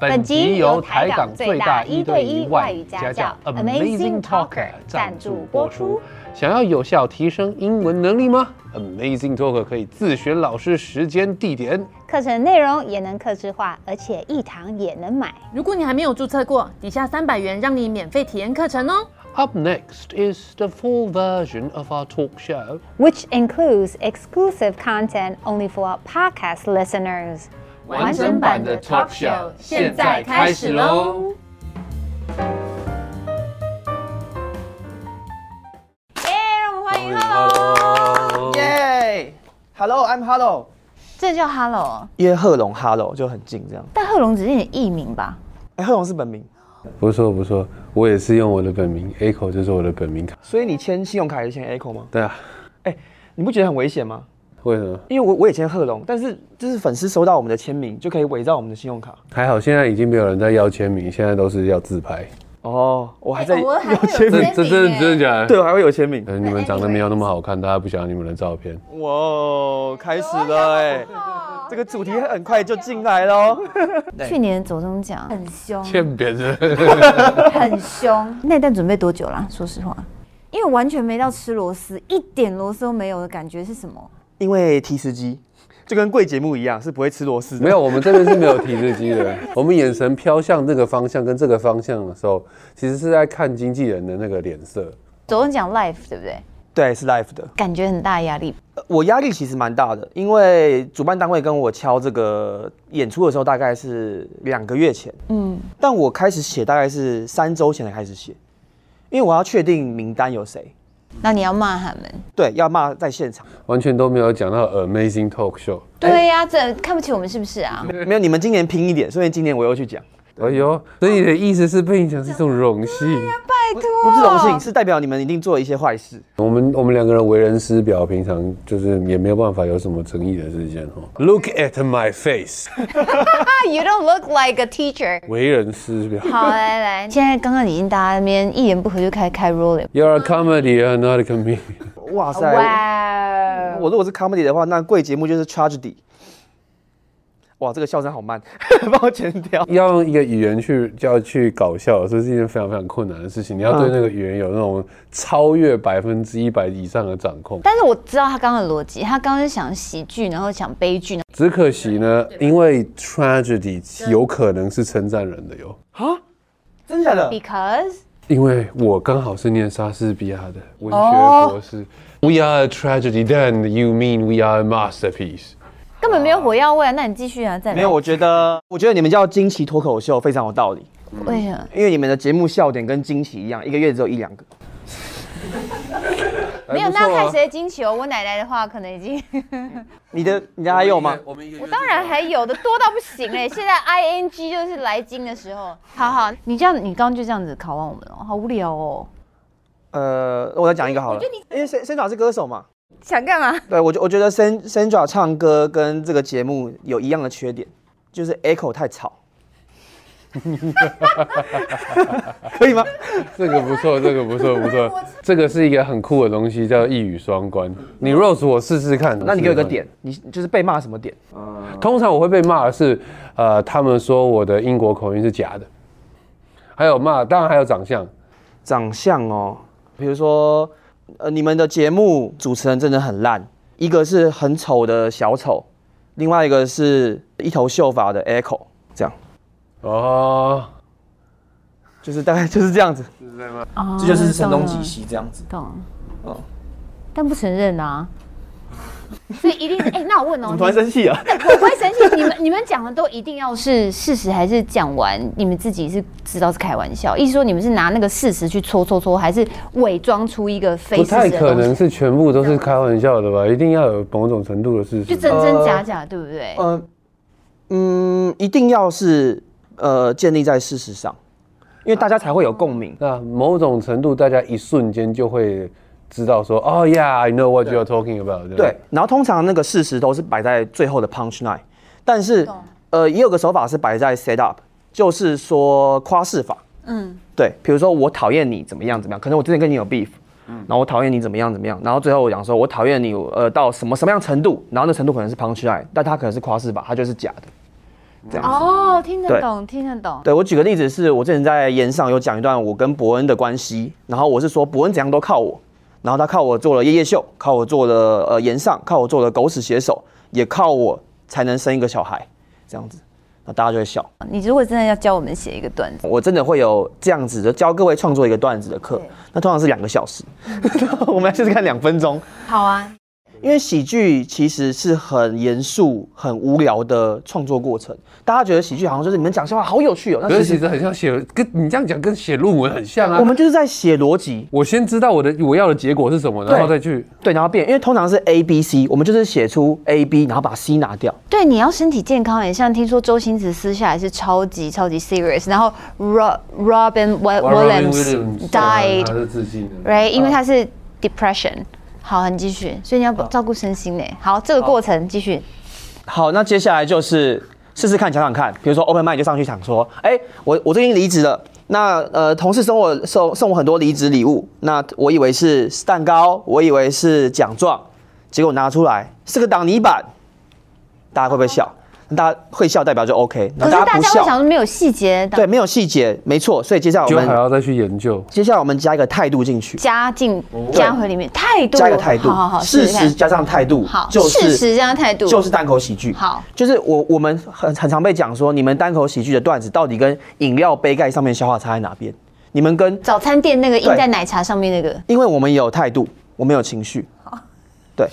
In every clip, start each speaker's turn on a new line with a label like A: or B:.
A: 本集由台港最大一对一外语家教 Amazing Talker 赞助播出。想要有效提升英文能力吗？Amazing Talker 可以自选老师、时间、地点。
B: 课程内容也能客制化，而且一堂也能买。
C: 如果你还没有注册过，底下三百元让你免费体验课程哦。
A: Up next is the full version of our talk show.
B: which includes exclusive content only for podcast listeners.
C: 完整版的 talk show 现在开始喽！
B: 耶，让我们欢
D: 啊
A: Hello，
B: 迎
E: 耶、h e l l o I'm Hello，
F: 这叫 Hello，
E: 因为贺龙 Hello 就很近这样。
F: 但贺龙只是你的艺名吧？
E: 哎、贺龙是本名，
D: 不错不错，我也是用我的本名 Echo，就是我的本名卡。
E: 所以你签信用卡也签 Echo 吗？
D: 对啊，
E: 你不觉得很危险吗？
D: 为什么？
E: 因为我我也签贺龙，但是就是粉丝收到我们的签名就可以伪造我们的信用卡。
D: 还好现在已经没有人在要签名，现在都是要自拍。
E: 哦，我还在、
F: 哎我还
E: 有
F: 会有
E: 签
D: 这
F: 签
E: 名，
D: 这
F: 名
D: 真
F: 耶
D: 的真的假的？
E: 对，我还会有签名
D: 可。能你们长得没有那么好看，大家不想要你们的照 片。
E: 哇，开始了哎、这个主题很快就进来喽。
F: 去年走中奖很凶，
D: 欠扁人。
F: 很凶。那一段准备多久啦？说实话，因为完全没到吃螺丝，一点螺丝都没有的感觉是什么？
E: 因为提示机就跟贵节目一样，是不会吃螺丝的。
D: 没有，我们这边是没有提示机的。我们眼神飘向那个方向跟这个方向的时候，其实是在看经纪人的那个脸色。
F: 走中奖 life 对不对？
E: 对，是 live 的。
F: 感觉很大压力。
E: 我压力其实蛮大的，因为主办单位跟我敲这个演出的时候，大概是两个月前，
F: 嗯，
E: 但我开始写大概是三周前才开始写，因为我要确定名单有谁，
F: 那你要骂他们？
E: 对，要骂在现场。
D: 完全都没有讲到 Amazing Talk Show。
F: 对呀、这看不起我们是不是啊？
E: 没有，你们今年拼一点，所以今年我又去讲，
D: 哎呦，所以你的意思是被你讲是一种荣幸。
F: 拜托，
E: 不是荣幸，是代表你们一定做了一些坏事。
D: 我们我们两个人为人师表，平常就是也没有办法有什么争议的事件哦。Look at my face，
F: 啊，You don't look like a teacher。
D: 为人师表。
F: 好，来来，现在刚刚已经大家那边一言不合就开始开 rolling。
D: You're a comedy, you're not a comedian。
E: 哇塞，
F: 哇、哦
E: 我如果是 comedy 的话，那贵节目就是 tragedy。哇，这个笑声好慢， 帮我剪掉。
D: 要用一个语言去就要去搞笑，这是一件非常非常困难的事情。你要对那个语言有那种超越百分之一百以上的掌控。
F: 但是我知道他刚刚的逻辑，他刚刚是想喜剧，然后想悲剧，
D: 只可惜呢，因为 tragedy 有可能是称赞人的哟。
E: 真的假的？
F: because
D: 因为我刚好是念莎士比亚的文学博士。We are a tragedy, then you mean we are a masterpiece。
F: 根本没有火药味啊。那你继续啊，再来
E: 没有，我觉得，我觉得你们叫惊奇脱口秀非常有道理，
F: 为什么？
E: 因为你们的节目笑点跟惊奇一样，一个月只有一两个。
F: 没
D: 还
F: 有，
D: 不
F: 那
D: 错啊
F: 要看谁的金球。我奶奶的话，可能已经，
E: 你的，你的还有吗？
D: 我们一个
F: 我当然还有的多到不行哎、现 在 ing 就是来金的时候。好好，你这样，你刚刚就这样子考完我们了，好无聊哦。
E: 呃，我再讲一个好了，因为 Sen- 哎 Sandra 是歌手嘛，
F: 想干嘛？
E: 对我觉我觉得 Sen- Sandra 唱歌跟这个节目有一样的缺点，就是 echo 太吵， 可以 吗？
D: 这个不错，这个不错，不错， 这个是一个很酷的东西，叫一语双关。你 Rose 我试试看，
E: 那你给我一个点，你就是被骂什么点？
D: 通常我会被骂的是，呃，他们说我的英国口音是假的，还有骂，当然还有长相。
E: 长相哦，比如说，呃，你们的节目主持人真的很烂，一个是很丑的小丑，另外一个是一头秀发的 echo，这样，
D: 哦，
E: 就是大概就是这样子，
F: 哦
E: 这就是声东击西这样子。
F: 懂。但不承认啊。
C: 所以一定哎、那我问哦
E: 突然生气了。
C: 我不会生气，
F: 你们你们讲的都一定要是事实，还是讲完你们自己是知道是开玩笑？意思说你们是拿那个事实去戳戳戳，还是伪装出一个非
D: 不
F: 事实
D: 太
F: 的
D: 可
F: 东
D: 能
F: 西？
D: 是全部都是开玩笑的吧？一定要有某种程度的事
F: 就
D: 实
F: 真
D: 吧。
F: 真假假，对不对？
E: 呃，嗯，一定要是呃建立在事实上，因为大家才会有共鸣。
D: 那某种程度，大家一瞬间就会知道说，哦、yeah，I know what you're talking about 不。
E: 对，然后通常那个事实都是摆在最后的 punch line，但是呃也有个手法是摆在 set up，就是说夸饰法。嗯，对，比如说我讨厌你怎么样怎么样，可能我之前跟你有 beef，然后我讨厌你怎么样怎么样，然后最后我讲说我讨厌你呃到什么什么样程度，然后那程度可能是 punch line，但它可能是夸饰吧，它就是假的。
D: 呃
F: 哦，听得
E: 对
F: 懂，听得懂。
E: 对我举个例子是，我之前在演上有讲一段我跟伯恩的关系，然后我是说伯恩怎样都靠我，然后他靠我做了夜夜秀，靠我做了呃演上，靠我做了狗屎写手，也靠我才能生一个小孩，这样子，那大家就会笑。
F: 你如果真的要教我们写一个段子，
E: 我真的会有这样子的教各位创作一个段子的课
F: 对，
E: 那通常是两个小时， 我们就是看两分钟，
F: 好啊，
E: 因为喜剧其实是很严肃、很无聊的创作过程。大家觉得喜剧好像就是你们讲笑话好有趣哦，
D: 可
E: 那
D: 是
E: 其
D: 其
E: 实
D: 实很像写，跟你这样讲跟写论文很像啊。
E: 我们就是在写逻辑，
D: 我先知道我的我要的结果是什么，然后再去。
E: 对，然后变，因为通常是 A B C，我们就是写出 A B，然后把 C 拿掉。
F: 对，你要身体健康。也欸像听说周星驰私下也是超级超级 serious，然后 Rob Robin Wi- Williams died
D: 他是自尽的。
F: right，因为他是 depression。好，你继续，所以你要
D: 嗯
F: 照顾身心呢。好，这个过程继续。
E: 好，那接下来就是试试看，想想看，比如说 open mind 就上去想说，哎、我我最近离职了，那呃同事送我送送我很多离职礼物，那我以为是蛋糕，我以为是奖状，结果拿出来是个挡泥板，大家会不会笑？大家会笑代表就 OK，
F: 可
E: 那
F: 是大家
E: 不
F: 会想
E: 笑，
F: 说没有细节的
E: 对，没有细节，没错，所以接下来我
D: 就还
E: 们
D: 要再去研究，
E: 接下来我们加一个态度进去。
F: 加进加回里面态度，
E: 加一个态度，
F: 好好好，
E: 事
F: 试试看
E: 实加上态度，
F: 好，
E: 就是
F: 事实加上态度
E: 就是单口喜剧。
F: 好，
E: 就是我我们很很常被讲说，你们单口喜剧的段子到底跟饮料杯盖上面消化差在哪边？你们跟，
F: 早餐店那个印
E: 对
F: 在奶茶上面那个，
E: 因为我们有态度，我们有情绪。 对。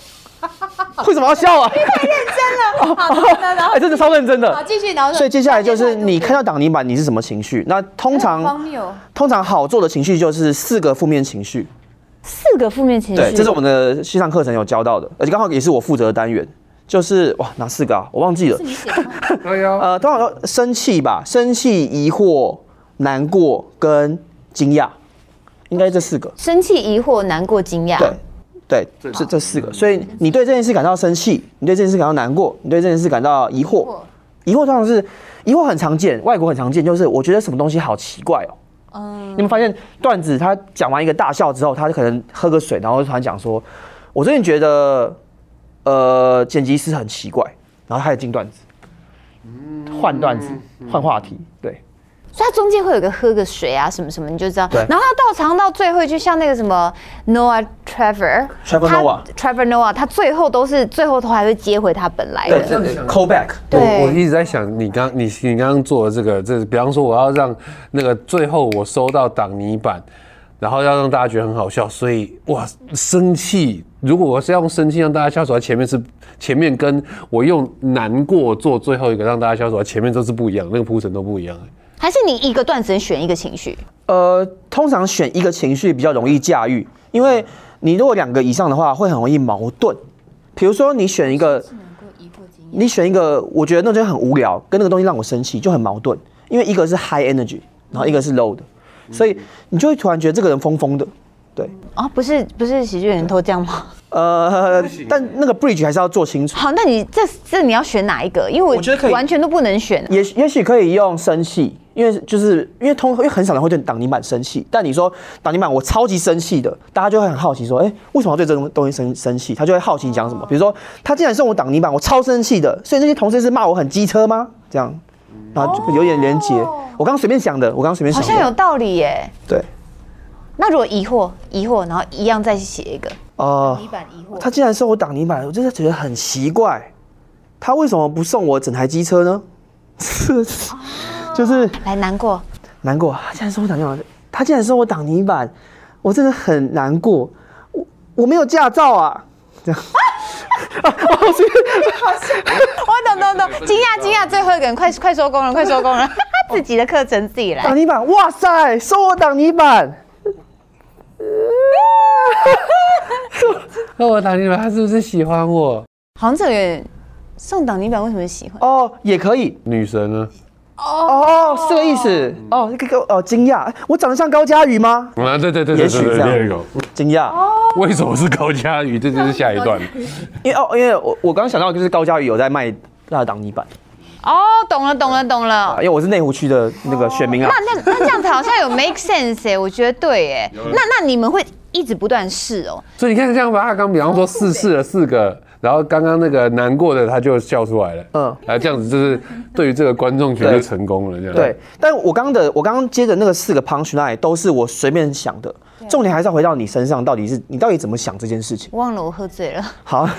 E: 为什么要笑啊？ 哎，真的超认真的。
F: 继续，然后
E: 所以接下来就是你看到挡泥板，你是什么情绪？那通常
F: 谬，
E: 通常好做的情绪就是四个负面情绪。
F: 四个负面情绪，
E: 对，这是我们的线上课程有教到的，而且刚好也是我负责的单元，就是哇哪四个啊？我忘记了。
D: 哎呀，
E: 呃，通常说生气吧，生气、疑惑、难过跟惊讶，应该这四个。
F: 生气、疑惑、难过、惊讶，
E: 对，对，这这四个。所以你对这件事感到生气，你对这件事感到难过，你对这件事感到疑惑。疑惑通常是疑惑很常见，外国很常见，就是我觉得什么东西好奇怪哦。嗯，你们发现段子他讲完一个大笑之后，他就可能喝个水，然后突然讲说：“我最近觉得，呃，剪辑师很奇怪。”然后他也进段子，换段子，换话题，对。
F: 所以它中间会有个喝个水啊什么什么，你就知道。
E: 对
F: 然后它到长到最后，就像那个什么 Noah Trevor
E: Trevor
F: 他
E: Noah
F: Trevor Noah，他最后都是最后都还会接回他本来
E: 对
F: 的。
E: 对对，call back，
D: 我
F: 对
D: 我一直在想，你刚你你刚刚做的这个，这比方说我要让那个最后我收到挡泥板，然后要让大家觉得很好笑，所以哇，生气。如果我是要用生气让大家笑出来，前面是前面跟我用难过做最后一个让大家笑出来，前面都是不一样，那个铺陈都不一样。
F: 还是你一个段子选一个情绪，
E: 呃，通常选一个情绪比较容易驾驭，因为你如果两个以上的话，会很容易矛盾。比如说，你选一个，你选一个，我觉得那东西很无聊，跟那个东西让我生气就很矛盾，因为一个是 high energy，然后一个是 low 的，所以你就会突然觉得这个人疯疯的，对，
F: 啊、不是不是喜剧人都这样吗？
E: 呃，但那个 bridge 还是要做清楚。
F: 好，那你这这你要选哪一个？因为
E: 我觉得可以
F: 完全都不能选。
E: 也许也许可以用生气，因为就是因为通因为很少人会对挡泥板生气，但你说挡泥板我超级生气的，大家就会很好奇说，哎、为什么要对这种东西生生气？他就会好奇你讲
F: 哦
E: 什么，比如说他竟然送我挡泥板，我超生气的，所以那些同事是骂我很机车吗？这样，然后就有点连结。我刚随便想的，我刚随便
F: 哦好
E: 想
F: 像有
E: 的，
F: 道理耶。
E: 对，
F: 那如果疑惑，疑惑，然后一样再写一个，
E: 哦、
F: 板疑惑
E: 他竟然送我挡泥板，我真的觉得很奇怪，他为什么不送我整台机车呢？ 就是。
F: 来难 过，哦
E: 难过，他竟然说我挡泥板，他竟然说我挡泥板，我真的很难过，我我没有驾照啊， 哦
F: 我懂懂懂，惊讶惊讶，最后一个人， 快快收工了，快收工了，自己的课程自己来
E: 挡。泥板，哇塞，收我挡泥板，
D: 那我哦挡泥板，他是不是喜欢我？
F: 好像这个有点送挡泥板为什么喜 欢？
E: 哦，也可以，
D: 女神呢？
E: 哦，是这个意思，哦，这个哦，惊讶，我长得像高佳宇吗？
D: 啊，对对对
E: 也
D: 对
E: 许
D: 对对，
E: 这样
D: 第二个
E: 惊讶，
D: 为什么是高佳宇？这就是下一段。
E: 因为哦，因为我我刚刚想到就是高佳宇有在卖那挡泥板，
F: 哦，懂了，懂了，懂了
E: 啊，。因为我是内湖区的那个选民啊
F: 那。那那这样子好像有 make sense 哎，我觉得对哎。那那你们会一直不断试哦？
D: 所以你看，像阿刚，比方说四试了四个，然后刚刚那个难过的他就笑出来了，
E: 嗯
D: 嗯，然后这样子就是对于这个观众群就
E: 对
D: 成功了，这样
E: 对，，但我刚刚的我刚刚接的那个四个 punch line 都是我随便想的，重点还是要回到你身上，到底是你到底怎么想这件事情。
F: 我忘了我喝醉了。
E: 好，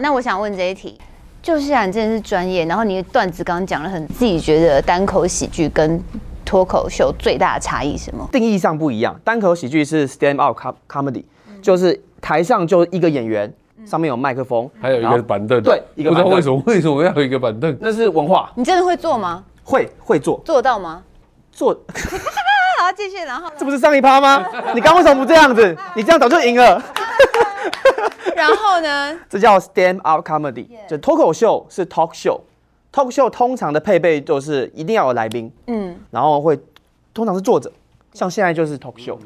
F: 那我想问这一题，就是啊，你真的是专业，然后你的段子刚刚讲了很，自己觉得单口喜剧跟脱口秀最大的差异是什么？
E: 定义上不一样，单口喜剧是 stand up com- comedy，就是台上就一个演员，上面有麦克风，
D: 嗯还有一
E: 然后
D: 个板凳，
E: 对一个
D: 不知道
E: 板凳
D: 为什么为什么要有一个板凳，
E: 那是文化，
F: 你真的会做吗？
E: 会会做
F: 做得到吗？
E: 做，
F: 好，继续，然后呢
E: 这不是上一趴吗？你刚为什么不这样子？你这样早就赢了。
F: 然后呢？
E: 这叫 stand up comedy，就脱口秀是 talk show。talk show 通常的配备就是一定要有来宾，嗯，然后会通常是坐着，像现在就是 talk show，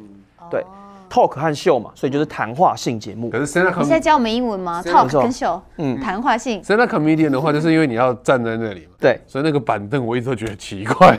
E: 对，talk
F: 哦
E: 和秀嘛，所以就是谈话性节目
D: 可。是 stand up
F: 你现在教我们英文吗？Talk
E: 错
F: 跟 show，嗯，谈话性。
D: stand up comedian 的话，就是因为你要站在那里嘛，
E: 对，
D: 所以那个板凳我一直都觉得奇怪，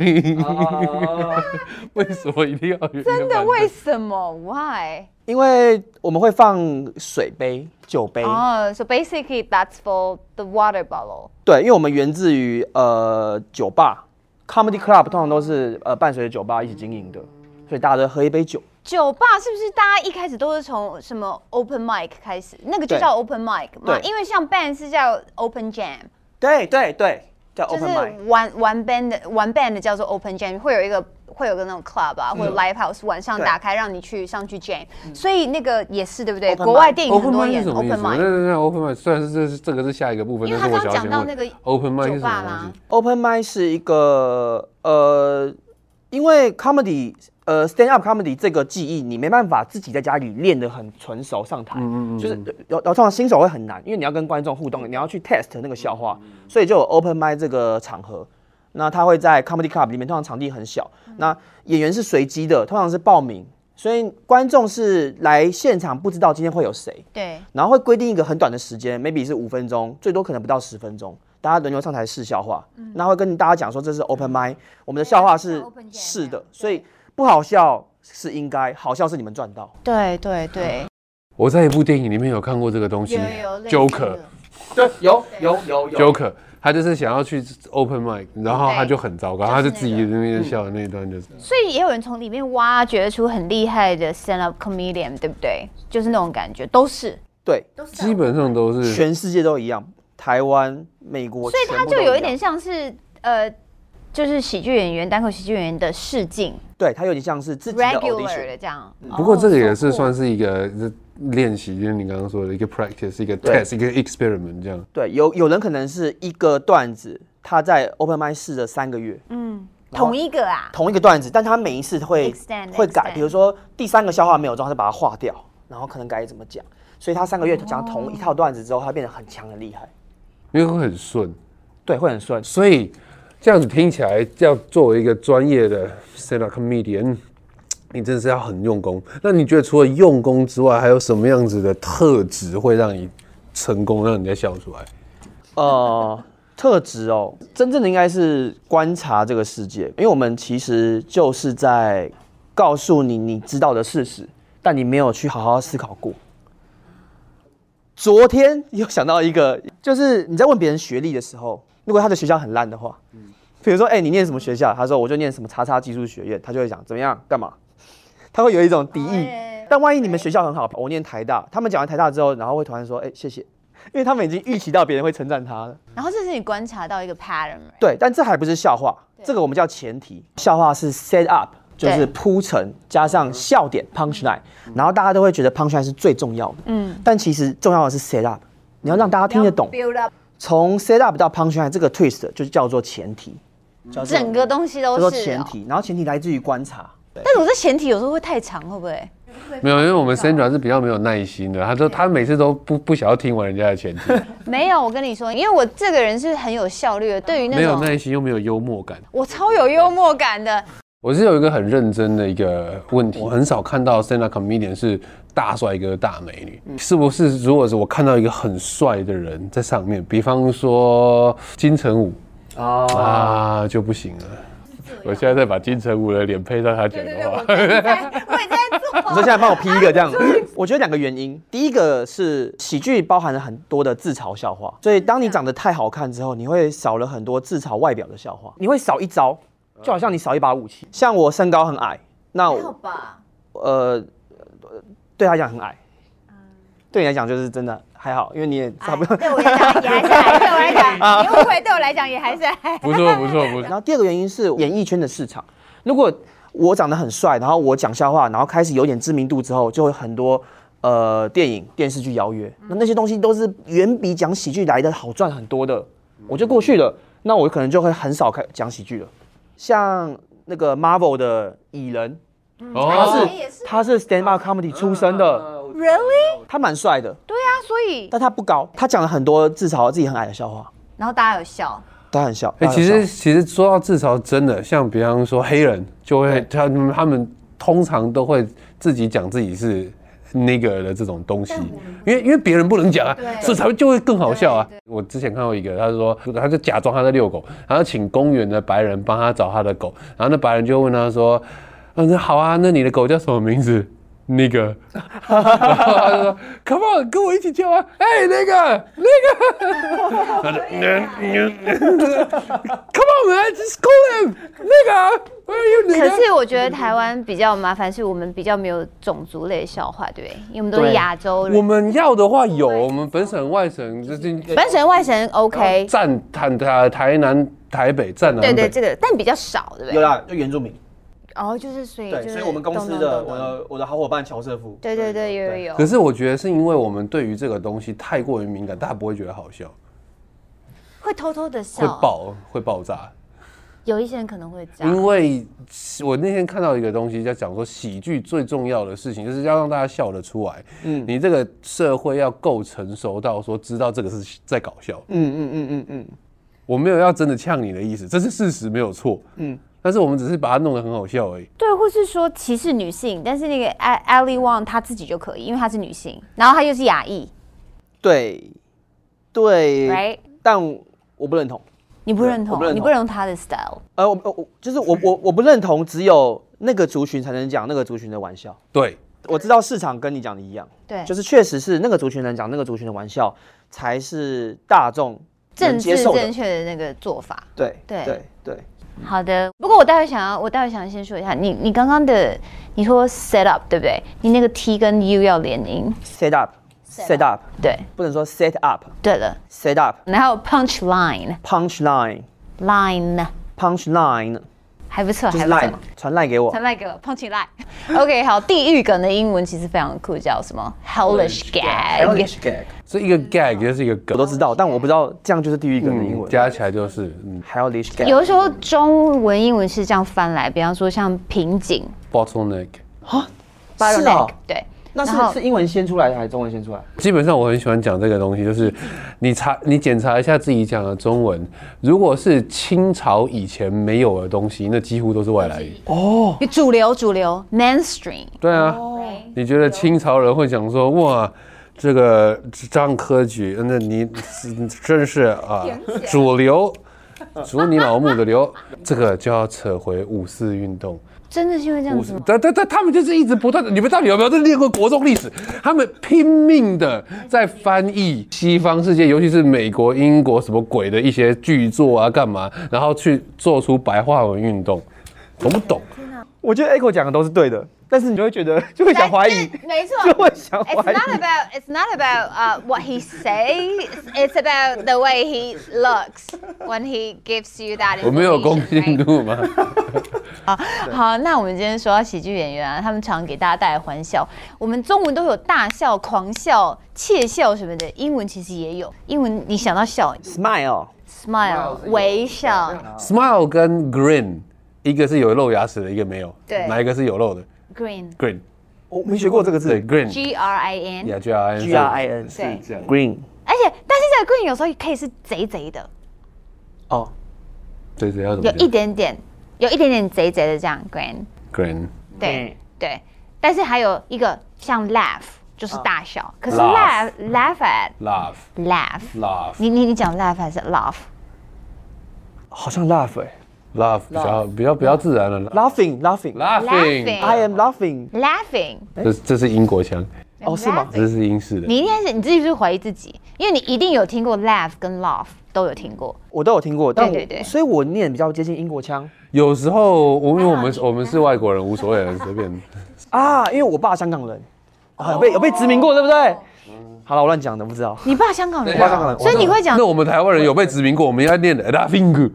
D: 为什么一定要有一个
F: 真的？
D: 板凳
F: 为什么？Why？
E: 因为我们会放水杯、酒杯，
F: 哦、s o basically that's for the water bottle。
E: 对，因为我们源自于呃酒吧，comedy club 通常都是呃伴随着酒吧一起经营的，
F: 嗯
E: 所以大家都喝一杯酒。
F: 酒吧是不是大家一开始都是从什么 open mic 开始？那个就
E: 对
F: 叫 open mic 嘛
E: 对，
F: 因为像 band 是叫 open jam，
E: 对对对，叫
F: 就是
E: open mic。
F: 玩玩 band 的玩 band 的叫做 open jam，会有一个会有个那种 club 啊或者 live house 晚上
E: 嗯对嗯
F: 打开让你去上去 jam，所以那个也是对不对？
E: Open
F: 国外
E: mic
F: 电影
D: Open
F: 很多
D: mic 是
F: 演
D: 什么意
F: open
D: 思？那
F: mic，
D: 那那 Open mic 虽然是这是这个是下一个部分，
F: 因为
D: 但
F: 他
D: 是我想
F: 刚刚
D: 要
F: 讲
D: 先
F: 到
D: 问
F: 那个
D: Open mic
F: 酒
D: 是什
F: 吧
D: 么东
F: 啦
D: 西？，
E: Open mic 是一个呃，因为 comedy 呃 stand up comedy 这个技艺，你没办法自己在家里练得很纯熟上台，就是呃有有通常新手会很难，因为你要跟观众互动，你要去 test 那个笑话，所以就有 open mic 这个场合。那他会在 comedy club 里面，通常场地很小，那演员是随机的，通常是报名，所以观众是来现场不知道今天会有谁，
F: 对，
E: 然后会规定一个很短的时间，maybe 是五分钟，最多可能不到十分钟，大家轮流上台试笑话。那会跟大家讲说这是 open mic，我们的笑话是
F: open 啊 jam
E: 是
F: 嗯这
E: 的
F: 样，
E: 所以不好笑是应该，好笑是你们赚到。
F: 对对
D: 嗯
F: 对，
D: 我在一部电影里面有看过这个东西，Joker
E: 对，有有有
D: Joker，他就是想要去 Open mic，然后他就很糟糕，
F: 对
D: 他就自己在那嗯边笑的那一段就是。
F: 所以也有人从里面挖掘出很厉害的 stand up comedian，对不对？就是那种感觉，都是。
E: 对，
D: 基本上都是
E: 全世界都一样，台湾、美国，
F: 所以
E: 全
F: 他
E: 部都
F: 就有一
E: 样
F: 点，像是呃，就是喜剧演员、单口喜剧演员的试镜
E: 对他有点像是自己的
F: regular
E: audition。嗯
F: 的这样。
D: 不过这个也是
F: 哦
D: 算是一个是练习，就是你刚刚说的一个 practice，一个
E: 对
D: test，一个 experiment 这样。
E: 对，有有人可能是一个段子，他在 open mic 试了三个月，
F: 同一个啊，
E: 同一个段子，但他每一次会
F: Extend,
E: 会改
F: extend，
E: 比如说第三个笑话没有中，他就把它划掉，然后可能改怎么讲。所以他三个月讲同一套段子之后，他变得很强很厉害，
D: 因为会很顺，
E: 对，会很顺。
D: 所以这样子听起来，要作为一个专业的 stand up comedian，你真是要很用功。那你觉得除了用功之外，还有什么样子的特质会让你成功，让你再笑出来？
E: 呃，特质哦，真正的应该是观察这个世界，因为我们其实就是在告诉你你知道的事实，但你没有去好好思考过。昨天又想到一个，就是你在问别人学历的时候，如果他的学校很烂的话，比如说，哎、你念什么学校？他说我就念什么叉叉技术学院，他就会讲怎么样，干嘛？他会有一种敌意。但万一你们学校很好，我念台大，他们讲完台大之后，然后会突然说，哎、谢谢，因为他们已经预期到别人会称赞他了。
F: 然后这是你观察到一个 pattern，right？
E: 对，但这还不是笑话，这个我们叫前提。笑话是 set up，就
F: 对
E: 是
F: 嗯
E: 铺陈加上笑点 punch line，、然后大家都会觉得 punch line 是最重要的。嗯，但其实重要的是 set up，你要让大家听得懂。
F: build up，
E: 从 set up 到 punch line 这个 twist 就叫做前提，叫做
F: 整个东西
E: 叫
F: 都
E: 做
F: 是哦
E: 前。提，然后前提来自于观察。对，
F: 但是我这前提有时候会太长，会不会？
D: 没有，因为我们 Sandra 是比较没有耐心的，他都他每次都不不想要听完人家的前提，
F: 没有，我跟你说，因为我这个人是很有效率的，对于那
D: 没有
F: 种
D: 耐心又没有幽默感。
F: 我超有幽默感的，
D: 我是有一个很认真的一个问题，我很少看到 stand up comedian 是大帅哥、大美女，是不是？如果是我看到一个很帅的人在上面，比方说金城武
E: 啊，
D: 啊，就不行了。我现在再把金城武的脸配上他讲的话，
E: 你说现在帮我 P 一个 这样，我觉得两个原因，第一个是喜剧包含了很多的自嘲笑话，所以当你长得太好看之后，你会少了很多自嘲外表的笑话，你会少一招，就好像你少一把武器。像我身高很矮，那
C: 还好
E: 我
C: 吧？
E: 呃，对他来讲很矮，对你来讲就是真的还好，因为你也差不啊多。
C: 哎对我来讲也还是矮，对我来讲，你误会，对我来讲也还是矮。
D: 不错不错不
E: 然
D: 错。
E: 后第二个原因是演艺圈的市场，如果我长得很帅，然后我讲笑话，然后开始有点知名度之后，就会很多呃电影、电视剧邀约，那那些东西都是远比讲喜剧来的好赚很多的，我就过去了，那我可能就会很少开讲喜剧了。像那个 Marvel 的蚁人，他
D: 哦，
E: 是他是 stand up comedy 出身的，
F: 嗯 Really？
E: 他蛮帅的，
F: 对啊，所以
E: 但他不高，他讲了很多自嘲自己很矮的笑话，
F: 然后大家有笑，
E: 他很小。
D: 哎、
E: 大家
D: 其
E: 很小
D: 实其实说到自嘲，真的像比方说黑人就会，他们他们通常都会自己讲自己是那个的这种东西，因为因为别人不能讲啊，所以才会就会更好笑啊。我之前看过一个，他说他就假装他在遛狗，然后请公园的白人帮他找他的狗，然后那白人就问他说：“嗯，那好啊，那你的狗叫什么名字？”那个， 然后他就说：“Come on，跟我一起叫啊！哎、那个，那个，他就嗯嗯 Come on, man, just call him. 那个啊，Where are you? 那
F: 可
D: 个啊。
F: 是我觉得台湾比较麻烦，是我们比较没有种族类的笑话，对不对？因为我们都是
E: 对
F: 亚洲
D: 我
F: 人，
D: 们要的话有，我们本省外省就是
F: 本省外省 OK，
D: 占台台台南台北占
F: 对
D: 南
F: 对，
D: 北。
F: 这个但比较少，对不
E: 有
F: 对？
E: 啦，就原住民。
F: 哦，就是所以就
E: 对，
F: 是
E: 所以我们公司
F: 懂
E: 的
F: 懂懂
E: 我的我的好伙伴乔瑟夫，
F: 对对对有有有
D: 可，是我觉得是因为我们对于这个东西太过于敏感，大家不会觉得好笑，
F: 会偷偷的
D: 会
F: 笑，
D: 爆嗯会爆炸。
F: 有一些人可能会这样
D: 因。为我那天看到一个东西，在讲说喜剧最重要的事情就是要让大家笑得出来。嗯，你这个社会要够成熟到说知道这个是在搞笑。
E: 嗯嗯嗯嗯嗯，
D: 我没有要真的呛你的意思，这是事实，没有错。嗯，但是我们只是把它弄得很好笑而已。
F: 对，或是说歧视女性，但是那个 a l l i Wang 她自己就可以，因为她是女性，然后她又是亚裔
E: 对对
F: ，right？
E: 但我不认同。
F: 你不认
E: 我
F: 同
E: 不认，同
F: 你不认同她的 style，
E: 呃，我我我就是我我我不认同，只有那个族群才能讲那个族群的玩笑。
D: 对，
E: 我知道市场跟你讲的一样，
F: 对，
E: 就是确实是那个族群能讲那个族群的玩笑，才是大众
F: 政
E: 能接
F: 治
E: 受
F: 正
E: 的。
F: 确的那个做法。
E: 对
F: 对
E: 对对，
F: 好的，不过我待会想要，我待会想要先说一下，你你刚刚的你说 set up 对不对？你那个 T 跟 U 要连音，
E: set up set up，
F: 对
E: 不能说 set up
F: 对了，
E: set up
F: 然后 punch line
E: punch line
F: line
E: punch line
F: 还不错，
E: 就
F: 还
E: 是
F: 不
E: line
F: 错
E: 嘛。，传 line 给我
F: 传。来给我 punch line。OK，好， 地狱梗的英文其实非常酷，叫什么 hellish gag。
E: gag
D: 所以一个 gag 就是一个
E: 嗯我
D: 梗，
E: 都知道，但我不知道这样就是地狱梗的英
D: 嗯，
E: 文。
D: 加起来就是嗯
E: 还有 lish gag，
F: 有的时候中文、英文是这样翻来，比方说像瓶颈
D: bottleneck。
E: 是哦
F: bottleneck，对，
E: 那
F: 然后
E: 是是英文先出来的还是中文先出来？
D: 基本上我很喜欢讲这个东西，就是你查你检查一下自己讲的中文，如果是清朝以前没有的东西，那几乎都是外来语。
F: 主流主流 mainstream，
D: 对啊，你觉得清朝人会讲说哇，这个张科举，那你真是啊，主流，主你老母的流，这个就要扯回五四运动。
F: 真的是因为这样
D: 五
F: 子
D: 四
F: 吗？，
D: 但但但他们就是一直不断的，你们到底有没有在练过国中历史？他们拼命的在翻译西方世界，尤其是美国、英国什么鬼的一些巨作啊，干嘛，然后去做出白话文运动，懂不懂？
E: 我觉得 Echo 讲的都是对的，但是你就会觉得 就会想怀疑，
F: 对没错，
E: 就会想
F: It's
E: 怀
F: not
E: 疑。
F: about it's not about uh, what he says. It's about the way he looks when he gives you that
D: 我没有公
F: information,
D: 信
F: right?
D: 度 吗？
F: 好，那我们今天说到喜剧演员啊，他们常给大家带来欢笑。我们中文都有大笑、狂笑、窃笑什么的，英文其实也有。英文你想到笑
E: Smile，
F: ，smile 微笑，
D: Smile 跟 Grin，一个是有露牙齿的，一个没有。
F: 对
D: 哪一个是有露的
F: green
D: ？Grin，
E: 我没学过这个字
D: 对 Grin，
F: g r i n，
D: 呀 G R I N，
E: ，G R I N
F: 对，
E: Green，
F: 而且但是这个 green 有时候也可以是贼贼的，
E: 哦，
D: 对对，要怎
F: 有
D: 么
F: 一
D: 讲？
F: 点点有一点点贼贼的这样 grand，
D: ，grand
E: 哎
F: 对、对，但是还有一个像 laugh 就是大笑，可是 laugh laugh at
D: love
F: laugh，
D: love
F: 你你你讲 laugh 还是 laugh？
E: 好像 laugh 哎
D: love 比较比较比较自然了啦
E: ，laughing laughing。
F: Laughing
D: ，laughing，
E: I am laughing。
F: laughing，
D: 这这是英国腔，
E: 哦，是吗？
D: 这是英式的。
F: 你一开始你自己是怀疑自己，因为你一定有听过 laugh 跟 laugh 都有听过，
E: 我都有听过，但我
F: 对对对
E: 所以我念比较接近英国腔
D: 有时候我因为我
F: 啊
D: 们我们是外国人，无所谓了，随便。
E: 啊，因为我爸香港人，
F: 哦
E: 啊有被有被殖民过，对不对？好了，我乱讲的，不知道。
F: 你爸香港人，啊
E: 爸香港人
F: 所以你会讲啊
D: 那我们台湾人有被殖民过，我们要念 laughing，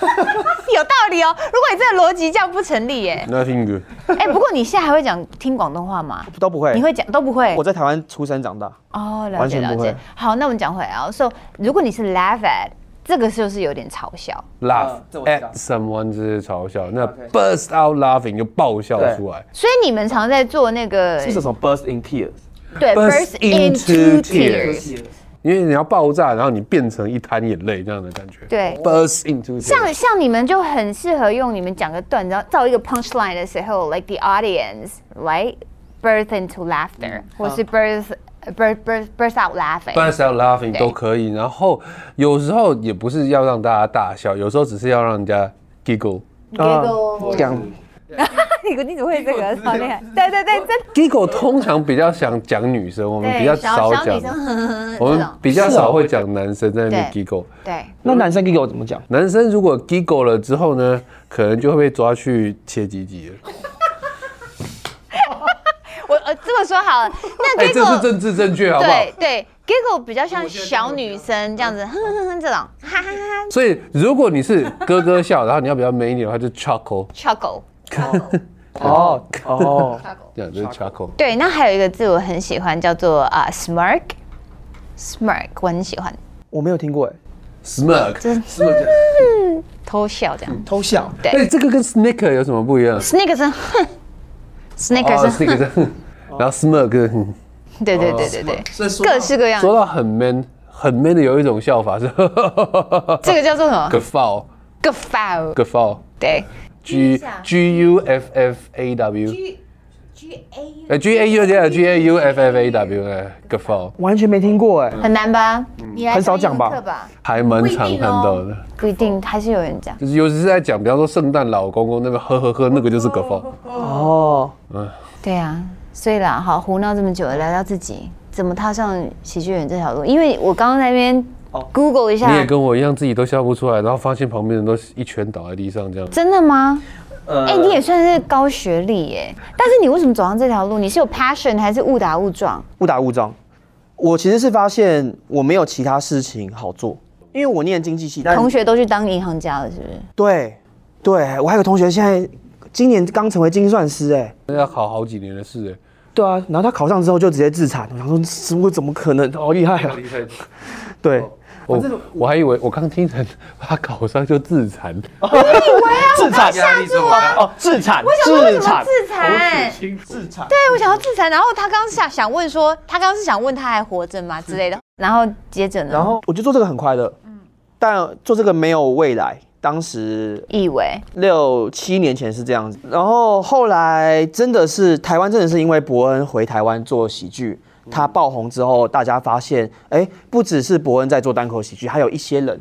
F: 有道理哦。如果你这个逻辑这样不成立耶
D: laughing，
F: 哎，不过你现在还会讲听广东话吗？
E: 都不会。
F: 你会讲都不会
E: 我在台湾出生长大，
F: 哦，了
E: 完
F: 解
E: 全
F: 了
E: 不
F: 解
E: 会。
F: 好，那我们讲回来哦。So，如果你是 laugh at，这个就是有点嘲笑。
D: laugh
E: 这我知
D: at
E: 道
D: someone 就是嘲笑，那 burst out laughing 就爆笑
E: 对
D: 出来。
F: 所以你们常在做那个
E: 这首 burst in tears。
F: 对
D: burst into tears 因为你要爆炸，然后你变成一滩眼泪这样的感觉。
F: 对
D: ，burst into
F: 像
E: 啊
D: tears。
F: 像你们就很适合用你们讲个段子，然后造一个 punch line 的时候，like the audience right burst into laughter，或
D: 嗯
F: 是 burst burst burst burst out laughing。
D: burst out laughing 都可以，然后有时候也不是要让大家大笑，有时候只是要让人家 giggle。
F: giggle
E: 讲
F: 你你怎么会这个？好厉害！对对对，真的。
D: giggle 通常比较想讲女生，我们比较
F: 对，
D: 少
F: 小
D: 讲
F: 女，生，呵呵呵
D: 我
F: 这
D: 们
F: 种。
D: 比较少会讲男生在那边
F: 对
D: giggle。
F: 对，
E: 那男生给我怎么讲？
D: 男生如果 giggle 了之后呢，可能就会被抓去切鸡鸡了。
F: 我呃这么说好了，那 giggle、
D: 哎，这是政治正确，好不好
F: 对？对，giggle 比较像小女生这样子，哼哼哼这种，哈哈哈哈
D: 所以如果你是咯咯笑，然后你要比较 man 一点的话，就 chuckle，
F: ，chuckle。
E: 哦哦，
D: 这样就是 chuckle。
F: 对，那还有一个字我很喜欢，叫做啊、smirk，smirk 我很喜欢，
E: 我没有听过哎，
D: smirk。
F: 偷笑这样。
E: 偷笑。
D: 哎，这个跟 snicker 有什么不一样？
F: snicker 是哼，snicker
E: 啊
F: 是
D: 这
F: 哼，
D: 个是，然后 smirk 是哼
F: 对对对对
E: 啊
F: 对，各式各样。
D: 哦说到很 man，很 man 的有一种笑法是
F: 这个叫做什么
D: guffaw，guffaw，
F: ？guffaw，对
D: g g u f f a w。呃，G A U 这 G A U F F A W 哎，guffaw
E: 完全没听过哎，
F: 很难吧？
E: 很少讲吧？
D: 还蛮常看到的，
F: 不一定，还是有人讲。
D: 就是尤其是在讲，比方说圣诞老公公那个呵呵呵，那个就是 guffaw。
E: 哦，
F: 对啊，所以啦，好胡闹这么久了，聊聊自己怎么踏上喜剧演员这条路。因为我刚刚在那边
E: 哦
F: Google 一下
D: 你，也跟我一样，自己都笑不出来，然后发现旁边人都一圈倒在地上这样。
F: 真的吗？
E: 呃
F: 哎、你也算是高学历耶，但是你为什么走上这条路？你是有 passion 还是误打误撞？
E: 误打误撞。我其实是发现我没有其他事情好做，因为我念经济系，但
F: 同学都去当银行家了，是不是？
E: 对对，我还有个同学现在今年刚成为精算师哎。
D: 那要考好几年的事
E: 对啊，然后他考上之后就直接自残，我想说，怎么怎么可能？好厉害啊！
D: 哎。
E: 对，
D: 我我还以为我刚听成他考上就自残，
E: 自残压力这么哦，自残，
F: 为什么自残？
E: 自残，
F: 对，我想要自残。然后他刚刚想想问说，他刚刚是想问他还活着吗之类的。然后接着呢？
E: 然后我就做这个很快乐，但做这个没有未来。当时
F: 以为
E: 六七年前是这样子，然后后来真的是台湾，真的是因为伯恩回台湾做喜剧，他爆红之后，大家发现，哎，不只是伯恩在做单口喜剧，还有一些人。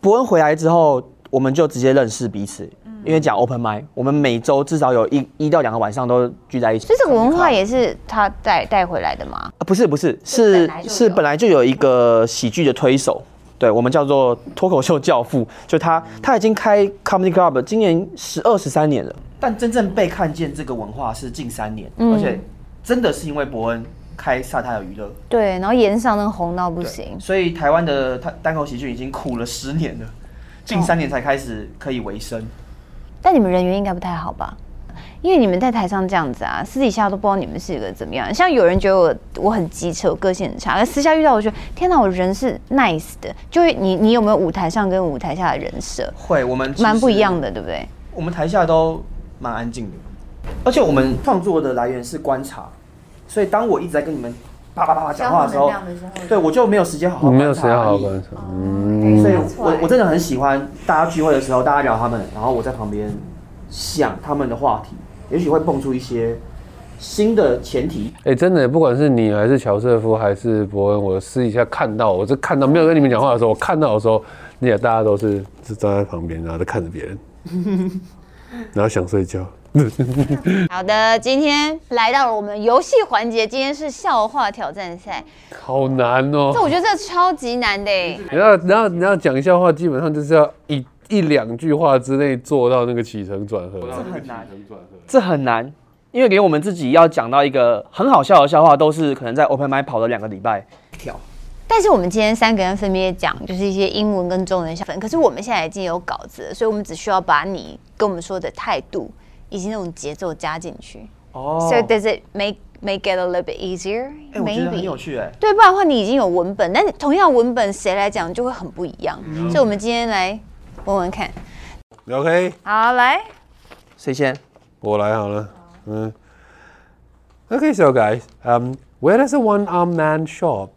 E: 伯恩回来之后，我们就直接认识彼此，因为讲 open mic，我们每周至少有一一到两个晚上都聚在一起。
F: 所以这个文化也是他带带回来的嘛。
E: 啊，不是不是，
F: 本
E: 是
F: 来就有
E: 是本来就有一个喜剧的推手，对我们叫做脱口秀教父，就他
F: 嗯
E: 他已经开 comedy club 了今年十二十三年了，但真正被看见这个文化是近三年，
F: 嗯
E: 而且真的是因为伯恩开萨泰尔娱乐，
F: 对，然后延上那个红到不行。
E: 所以台湾的他单口喜剧已经苦了十年了，
F: 哦
E: 近三年才开始可以维生。
F: 但你们人缘应该不太好吧？因为你们在台上这样子啊，私底下都不知道你们是一个怎么样。像有人觉得我我很机车，我个性很差，但私下遇到我觉得天哪，我人是 nice 的。就是你你有没有舞台上跟舞台下的人设，
E: 会，我们其实
F: 蛮不一样的，对不对？
E: 我们台下都蛮安静的，而且我们创作的来源是观察，所以当我一直在跟你们啪啪啪啪讲话的时
C: 消耗能
E: 候
C: 量的时候，
E: 对我就没有时间好好
D: 我
E: 观
D: 没
E: 察
D: 有时哦间好好观察。嗯，
E: 所以
C: 没错
E: 我我真的很喜欢大家聚会的时候，大家聊他们，然后我在旁边想他们的话题，也许会蹦出一些新的前提。
D: 哎、真的，不管是你还是乔瑟夫还是伯恩，我私底下看到，我这看到没有跟你们讲话的时候，我看到的时候，你也大家都是是站在旁边，然后在看着 别人，然后想睡觉。
F: 好的，今天来到了我们游戏环节，今天是笑话挑战赛，
D: 好难哦、
F: 这我觉得这超级难的欸耶。
D: 你要你要你要讲笑话，基本上就是要一一两句话之内做到那个起承转合。
E: 很难，这很难，因为连我们自己要讲到一个很好笑的笑话，都是可能在 Open m i 跑了两个礼拜跳。
F: 但是我们今天三个人分别讲，就是一些英文跟中文的小粉。可是我们现在已经有稿子了，所以我们只需要把你跟我们说的态度以及那种节奏加进去。
E: 哦
F: So does it make make it a little bit easier?
E: 哎，我觉得很有趣哎。
F: 对，不然的话你已经有文本，但同样文本谁来讲就会很不一样。所以我们今天来问问看。
D: OK，
F: 好，来，
E: 谁先？
D: 我来好了。嗯，OK, so guys, um, where does a one-armed man shop?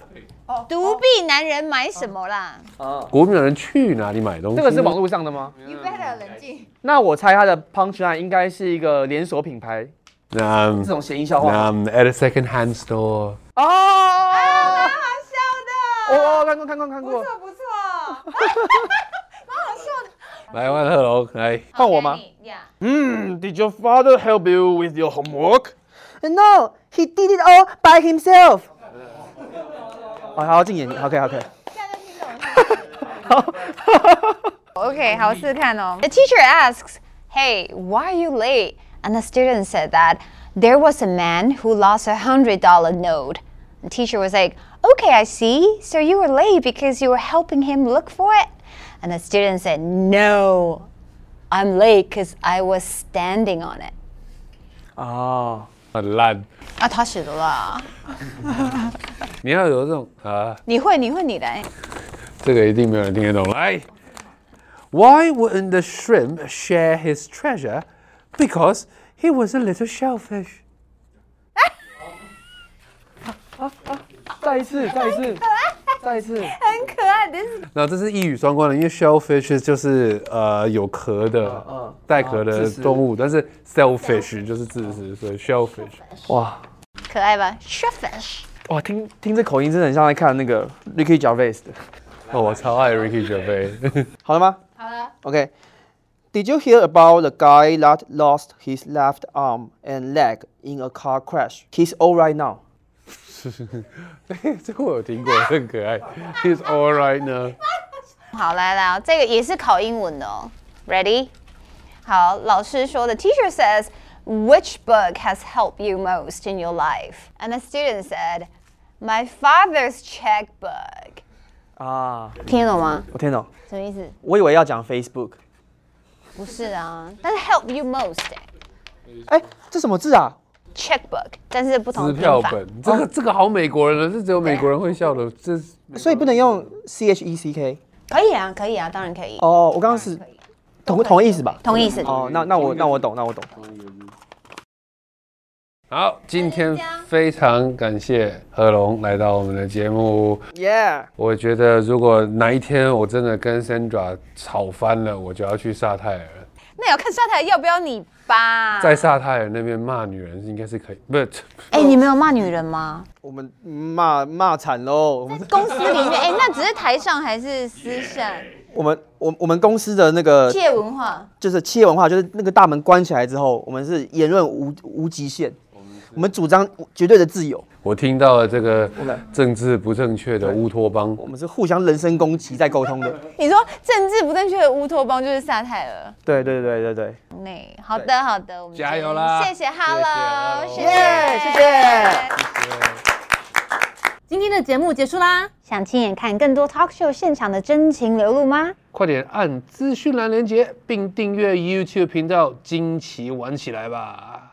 F: 独臂男人买什么啦？
E: 啊
D: 国民党人去哪里买东西？
E: 这个是网络上的吗？
C: You better 冷静。
E: 那我猜他的 punchline 应该是一个连锁品牌这
D: Um,
E: 种谐音笑话。啊
D: um, at a second-hand store.
E: 哦，
C: 蛮
E: 哦
C: 好笑的，
E: 哦，看过看过看过，
C: 不错不错。
D: 来，万鹤楼，来，
E: 换我吗？嗯，Did your father help you with your homework? No, he did it all by himself. 好好进眼睛，OK OK。
F: Okay, 好试看哦。The teacher asks, "Hey, why are you late?" And the student said that there was a man who lost a hundred dollar note. The teacher was like, "Okay, I see. So you were late because you were helping him look for it." And the student said, "No, I'm late because I was standing on it."
E: 哦，
D: 很烂。
F: 啊，他写的啦。
D: 你要有这种啊，
F: 你会，你会，你来。
D: 这个一定没有人听得懂。来，Why wouldn't the shrimp share his treasure? Because he was a little shellfish.
E: 再一次，再一次，再一次。
F: 很可爱，this is
D: 那这是一语双关的，因为 shellfish 就是呃有壳的
E: 嗯，
D: 带壳
E: 啊自
D: 的
E: 私
D: 动物，但是 selfish 就是自私，所以 shellfish。
E: 哇
F: 可爱吧？Shellfish，
E: 哇，听听这口音，真的很像在看那个 Ricky Gervais 的。
D: 哦，我超爱 Ricky Gervais。
E: 好了吗？好了。OK。Did you hear about the guy that lost his left arm and leg in a car crash? He's all right now.
D: 这个我有听过，很可爱。He's all right now。
F: 好，来来，这个也是考英文的哦。Ready？好，老师说的，Teacher says, which book has helped you most in your life? And the student said, my father's checkbook.
E: 啊，
F: 听得懂吗？
E: 我听懂，
F: 什么意思？
E: 我以为要讲 Facebook。
F: 不是啊，但是 help you most 欸
E: 哎，这什么字啊？
F: checkbook，但是不同
D: 支
F: 的
D: 票
F: 拼法。
D: 本，哦这个这个好美国人了，这只有美国人会笑的。这是
E: 所以不能用 C H E C K。
F: 可以啊，可以啊，当然可以。
E: 哦，我刚刚是同同意思吧？
F: 同意思。
D: 嗯
E: 哦，那那我那我懂，那我懂。
D: 好，今天非常感谢何龙来到我们的节目。
E: Yeah，
D: 我觉得如果哪一天我真的跟 Sandra 吵翻了，我就要去沙泰尔。
F: 那也要看沙台要不要你吧。
D: 在萨泰尔那边骂女人应该是可以，不是
F: 哎、你没有骂女人吗？
E: 我们骂骂惨喽。我们
F: 公司里面，哎、那只是台上还是私下？
E: 我们我我们公司的那个
D: 呃
F: 借文化。
E: 就是企业文化，就是那个大门关起来之后，我们是言论无无极限，我们主张绝对的自由，
D: 我听到了这个
E: 们
D: 政治不正确的乌托邦。
E: 我们是互相人身攻击在沟通的。
F: 你说政治不正确的乌托邦就是萨泰尔。
E: 对对对对对，
F: 那好的好的，我们
D: 加油啦
F: 谢谢 Hello，
D: 谢谢
E: 耶谢谢。
C: 今天的节目结束啦，
B: 想亲眼看更多 talk show 现场的真情流露吗？
A: 快点按资讯栏连接，并订阅 YouTube 频道，惊奇玩起来吧！